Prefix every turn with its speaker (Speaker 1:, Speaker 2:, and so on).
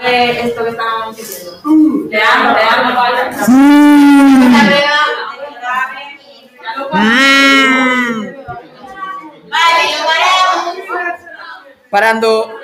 Speaker 1: de esto que estábamos diciendo. Le amo, le amo, vaya. La verdad, ya lo
Speaker 2: Ah.
Speaker 1: Vale, yo pareo.
Speaker 2: Parando.